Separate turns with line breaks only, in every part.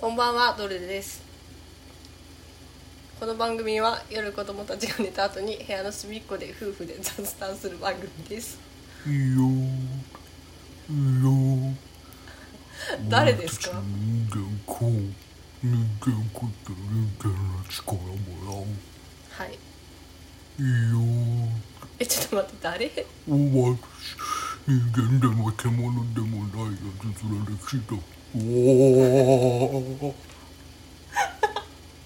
こんばんはドルですこの番組は夜子供たちが寝た後に部屋の隅っこで夫婦で 雑談する番組です
いいよいいよ
誰ですか
俺たち人間こう人間食って人間の力もらう
はい
いいよ
えちょっと待って誰
お前人間でも獣でもないやつら歴史だおお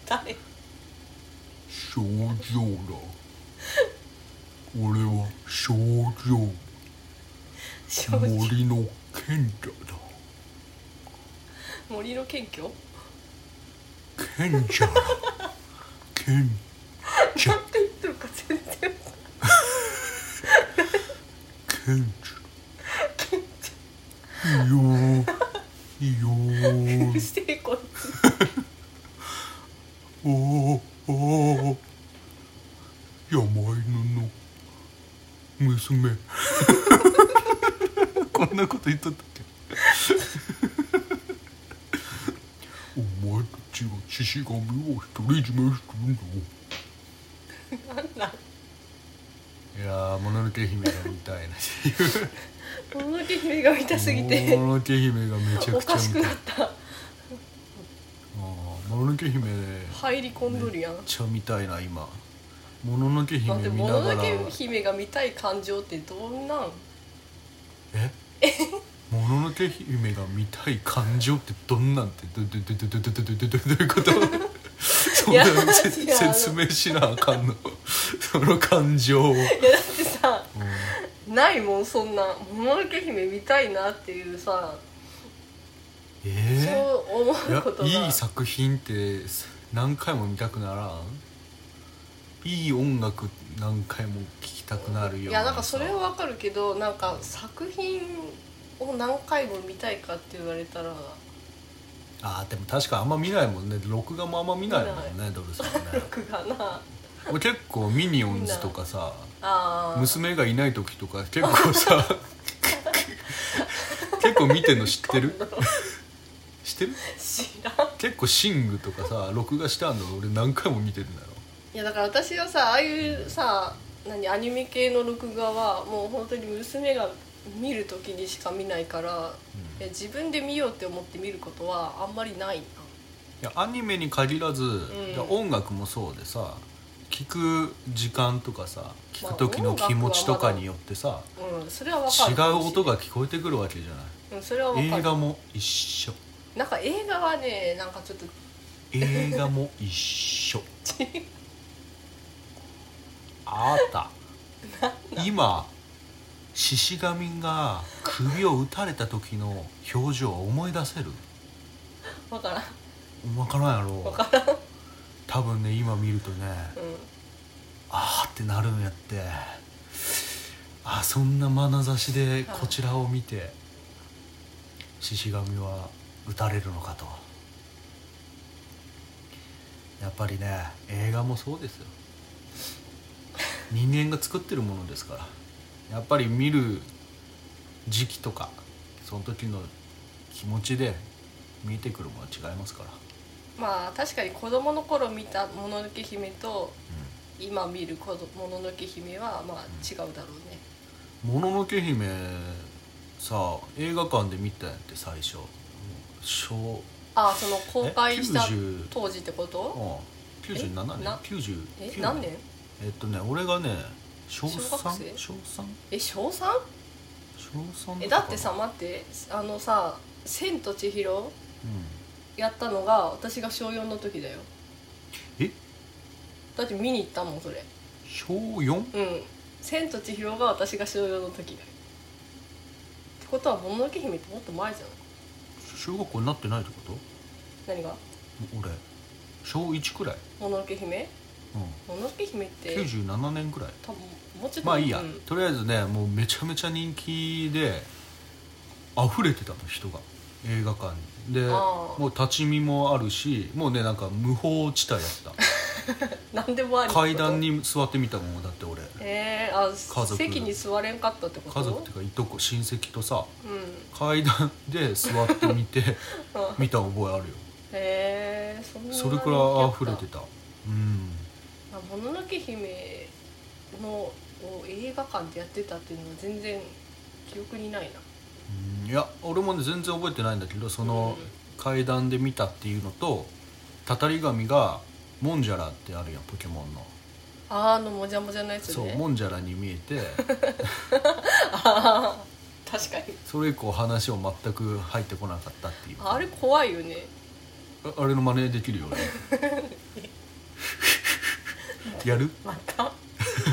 誰
症状だ俺は症状
正直
森の賢者だ
森の謙虚
賢 者だ賢者
何て言ってるか全然
賢者いいよいいよ
うるせえこいつ
おおおお山犬の娘 こんなこと言っとったっけお前たちは獅子神を独り占めしてるんだ
なんなん
いやーもののけ姫が見たいな
物のけ姫が見たすぎて
もののけ姫がめちゃ
お
くちゃ
かしく
見た
ないった
あーもののけ姫
入り込んどるやん
めっちゃ見たいな今もののけ
だっ
姫
て
見
も
な
の
がら
のけ姫が見たい感情ってどんなん
えもののけ姫が見たい感情ってどんなんてどどどどどどどどどどういうことそんなのせ
いや違う
説明しなあかんのその 感情を、うん
いやだってさないもんそんな「もののけ姫見たいな」っていうさそ
え
う思うことが
ー、いやいい作品って何回も見たくならんいい音楽何回も聴きたくなるよう
いやなんかそれは
さ
わかるけどなんか作品を何回も見たいかって言われたら
あーでも確かあんま見ないもんね録画もあんま見ないもん
見
ねドルさんね
録画な
俺結構ミニオンズとかさ
あー
娘がいない時とか結構さ 結構見てんの知ってる
今度
知ってる
知らん
結構シングとかさ録画してあんの俺何回も見てるんだよ
いやだから私はさああいうさ何アニメ系の録画はもう本当に娘が見る時にしか見ないから、
うん
いや自分で見ようって思って見ることはあんまりないない
やアニメに限らず、
ん
音楽もそうでさ聞く時間とかさ聞く時の気持ちとかによってさ、
うんそれはわか
違
る
う音が聞こえてくるわけじゃな
うんそれはわか
い
る
映画も一緒
なんか映画はねなんかちょっと
映画も一緒あなた今獅子神が首を打たれた時の表情を思い出せる
わからん
分からんやろ
わからん、
多分ね今見るとね
うん、
あーってなるんやってあそんな眼差しでこちらを見て獅子神は打たれるのかとやっぱりね映画もそうですよ人間が作ってるものですからやっぱり見る時期とかその時の気持ちで見えてくるものは違いますから、
まあ確かに子供の頃見た「もののけ姫」と
うん
今見る子ど「もののけ姫」はまあ違うだろうね、
もののけ姫さ映画館で見たんやって最初小
ああその公開した
え90
当時ってこと
あ
え
97年
な
90
え何年
えっとね俺がね小
小
3
学生
小3
え小 3?
小3
えだってさ待ってあのさ「千と千尋」やったのが私が小4の時だよ
うん、え
だって見に行ったもんそれ
小 4?
うん「千と千尋」が私が小4の時だよってことは「もののけ姫」ってもっと前じゃ
小学校になってないってこ
ない何が
と俺小1くらい、
「もののけ姫」
う
もののけ姫って
ん、97年くらい
多分もうちょっと
まあいいや、
うん
とりあえずねもうめちゃめちゃ人気で溢れてたの人が映画館にで
あー
もう立ち見もあるしもうねなんか無法地帯やった
何でもあり
階段に座ってみたもんだって俺
えー、あ
族
席に座れんかったってこと
家族っていうかいとこ親戚とさ
うん、うん、
階段で座ってみて見た覚えあるよ
えへえそんな
それから
人気だ
溢れ
った
てたうん
あもののけ姫のを映画館でやってたっていうのは全然記憶にないな
うんいや俺もね全然覚えてないんだけどその階段で見たっていうのとたたり神がモンジャラってあるやんポケモンの
あーあのもじゃもじゃのやつ
そ う
ね
モンジャラに見えて
あー確かに
それ以降話を全く入ってこなかったっていう
ああれ怖いよね
ああれの真似できるよ ねやる
また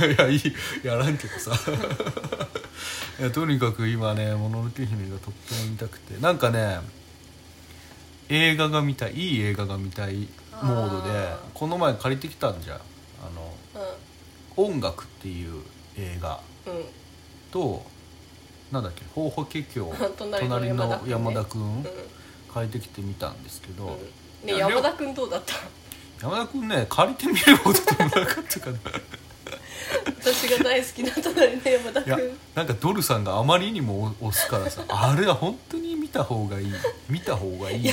いやいいやらんけどさ いやとにかく今ね「もののけ姫」がとっても見たくてなんかね映画が見たいいい映画が見たいモードで
あー
この前借りてきたんじゃんあの
う
「音楽」っていう映画
んうん
となんだっけ「ホーホケキョ
隣の
隣の山
山
田
田
君
うん、
借りてきてみたんですけど、
うん
い
ね
や
山田君どうだった
山田君ね借りてみることでもなかったかな
私が大好きな隣の山田
いや
君
なんかドルさんがあまりにも押すからさあれは本当に見た方がいい見た方がいい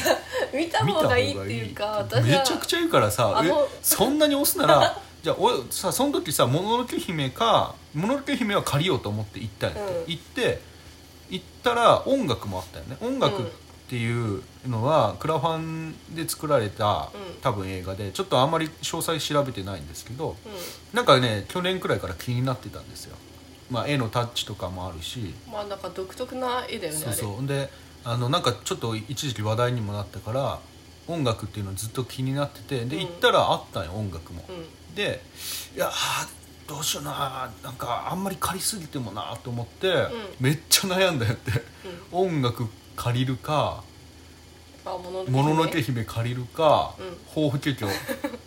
見た
見
方がいいっていうか
た方がい
私
い
は
めちゃくちゃ言うからさ
あ
え
の
そんなに押すならじゃあおさその時さ「もののけ姫」か「もののけ姫」は借りようと思って行ったんやって、
うん
行って行ったら音楽もあったよね音楽っていうのはクラファンで作られた
うん
多分映画でちょっとあんまり詳細調べてないんですけど
う
なんかね去年くらいから気になってたんですよ、まあ、絵のタッチとかもあるし
んまあなんか独特な絵だよね
そうそうであのなんかちょっと一時期話題にもなったから音楽っていうのずっと気になっててで
うん
行ったらあったんよ音楽も
あ、れうん
でいやあーどうしようななんかあんまり借りすぎてもなと思って、めっちゃ悩んだよって
うん
音楽借りるか
あもの
「もののけ
け
姫」借りるか
うん
「抱負結局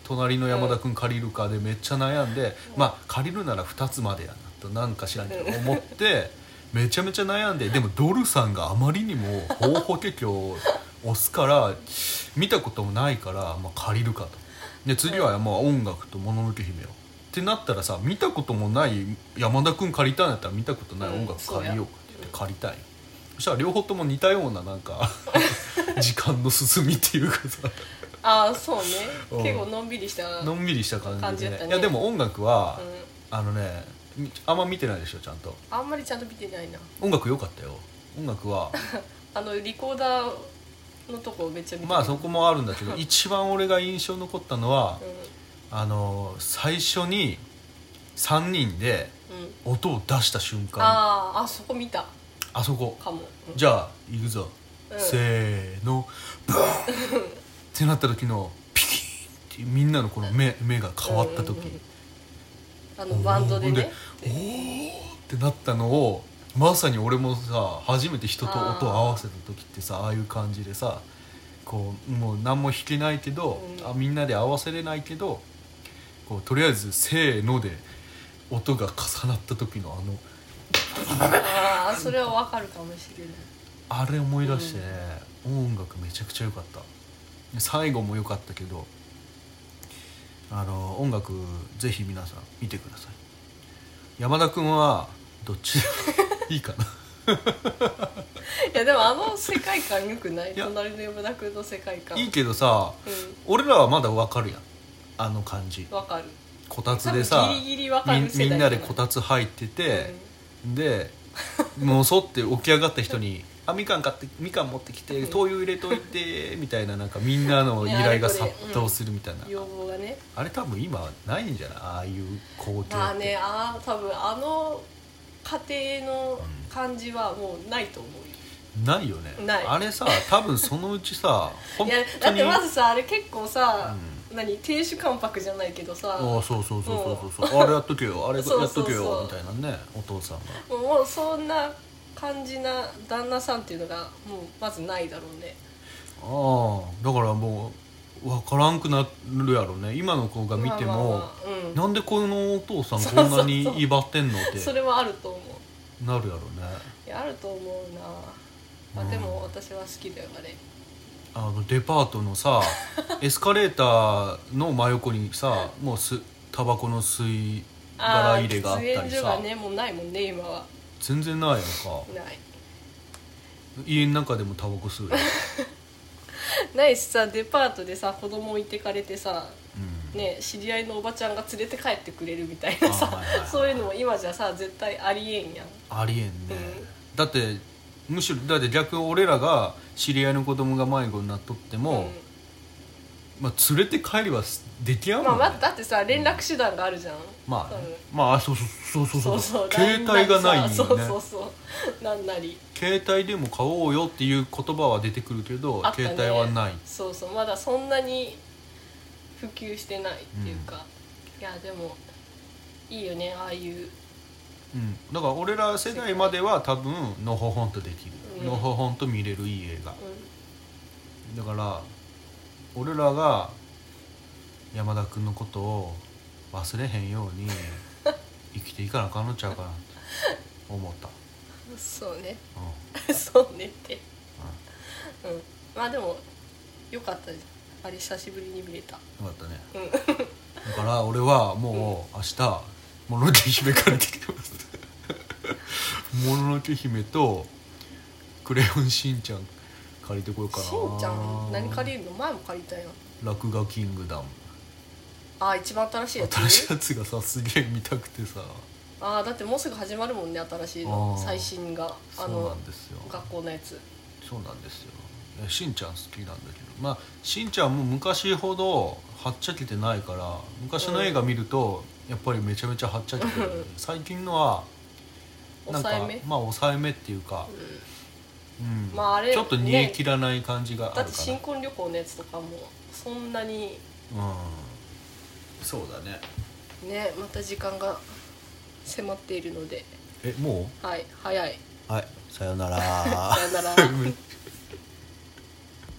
隣の山田君借りるかでめっちゃ悩んで、まあ借りるなら2つまでやなとなんかしらんけど思ってめちゃめちゃ悩んででもドルさんがあまりにも「抱負結局」を押すから見たこともないから、まあ、借りるかとで次はまあ音楽と「もののけ姫」を。ってなったらさ見たこともない山田君借りたんやったら見たことない音楽借りようかって言って借りたいよそしたら両方とも似たようななん か時間の進みっていうかさ
ああそうね
うん
結構のんびりした
のんびりした感
感
じ
じ
で、
だったね
いやでも音楽は、
うん
あのねみあんま見てないでしょちゃんと
あんまりちゃんと見てないな
音楽良かったよ音楽は
あのリコーダーのとこめっちゃ見てる
まあそこもあるんだけど一番俺が印象に残ったのは、あの最初に3人で
うん、うん、
音を出した瞬間あ
あーあそこ見た
そこ
かも、うん
じゃあ行くぞ、
うん
せーのブーンってなった時のピキーンってみんなのこの目目が変わった時、
うんうんうんあのバンドでね
おーってなったのをまさに俺もさ初めて人と音を合わせた時ってさああいう感じでさこうもう何も弾けないけど、
うん
あみんなで合わせれないけどこうとりあえず「せーの」で音が重なった時のあの
ああそれはわかるかもしれない
あれ思い出してね、音楽めちゃくちゃ良かったで最後も良かったけどあの音楽ぜひ皆さん見てください山田君はどっ ちでもいいかない
やでもあの世界観よくない
いや
隣の山田君の世界観
いいけどさ
う
俺らはまだ分かるやんあの感じ
んわかる
こたつでさ
多分ギリギリ分かる世代
みみんな
じ
で
ゃない
こたつ入ってて、でもうそって起き上がった人に「あみかん買ってみかん持ってきて灯油入れといて」みたいななんかみんなの依頼が殺到するみたいな、
要望がね
あれ多分今ないんじゃないああいう光景って、
まあねああ多分あの家庭の感じはもうないと思うよ
ないよね
ない
あれさ多分そのうちさ 本
い
当
や
に
だってまずさあれ結構さ、何亭主関白じゃないけどさ
あ
も
あそうそうそうそうそうそうあれやっとけよあれやっと
そ
け
うそうそ
よ
う
みたいなねお父さんが
うもうそんな感じな旦那さんっていうのがもうまずないだろうね
ああだからもう分からんくなるやろね今の子が見て
ま
も、
あまあまあうん
なんでこのお父さんこんなに威張ってんのって
それはあると思う
なるやろね
いやあると思うな、まあ、でも私は好きだよあれ
あのデパートの さエスカレーターの真横にさもうすタバコの吸い
あ
殻
あ
入れがあった
喫
り
煙所
さ、
がねもうないもんね今は
全然ないやんか
ない
家の中でもタバコ吸うよ
ないしさデパートでさ子供置いてかれてさ
うん
ね知り合いのおばちゃんが連れて帰ってくれるみたいなさ、
あはいはいはい
そういうのも今じゃさ絶対ありえんやん
ありえんね、
うん
だってむしろだって逆に俺らが知り合いの子供が迷子になっとっても、まあ、連れて帰りはできや
うんんま
も
あ
ん、
まあだってさ連絡手段があるじゃん
まあ
多
ね
分
まああそうそうそうそうそう携
携
帯
帯
がないんよね
そうそうそうなんなり
携帯でも買おうよっていう言葉は出てくるけど、
あったね
携帯はない
そうそうまだそんなに普及してないっていうか、いやでもいいよねああいう
うん、だから俺ら世代までは多分のほほんとできる、
うん
のほほんと見れるいい映画
う
だから俺らが山田君のことを忘れへんよ うに生きていかなあかんのちゃうかなと思った、
んそうね
うんうん
そうねってうんまあでもよかったじゃんあれ久しぶりに見れた
よかったね
うん
だから俺はもう明日「もののけ姫」から出てきます 「もののけ姫」と「クレヨンしんちゃん」借りてこようかな
しんちゃん何借りるの前も借りたよ
落書キングダム
ああ一番新しいやつ
新しいやつがさすげえ見たくてさ
ああだってもうすぐ始まるもんね新しいの
あー
最新があ
そうな
の
んですよ
学校のやつ
そうなんですよいやしんちゃん好きなんだけどまあしんちゃんも昔ほどはっちゃけてないから昔の映画見るとやっぱりめちゃめちゃはっちゃけてる、
うん
最近のはなんか
抑えめ
まあ抑えめっていうか、うん
まああれ
ちょっと煮え切らない感じがあるか
だ
ら、
って新婚旅行のやつとかもそんなに
うんそうだね
ねまた時間が迫っているので
えも
はい早いう
はいさよなら
さよなら
め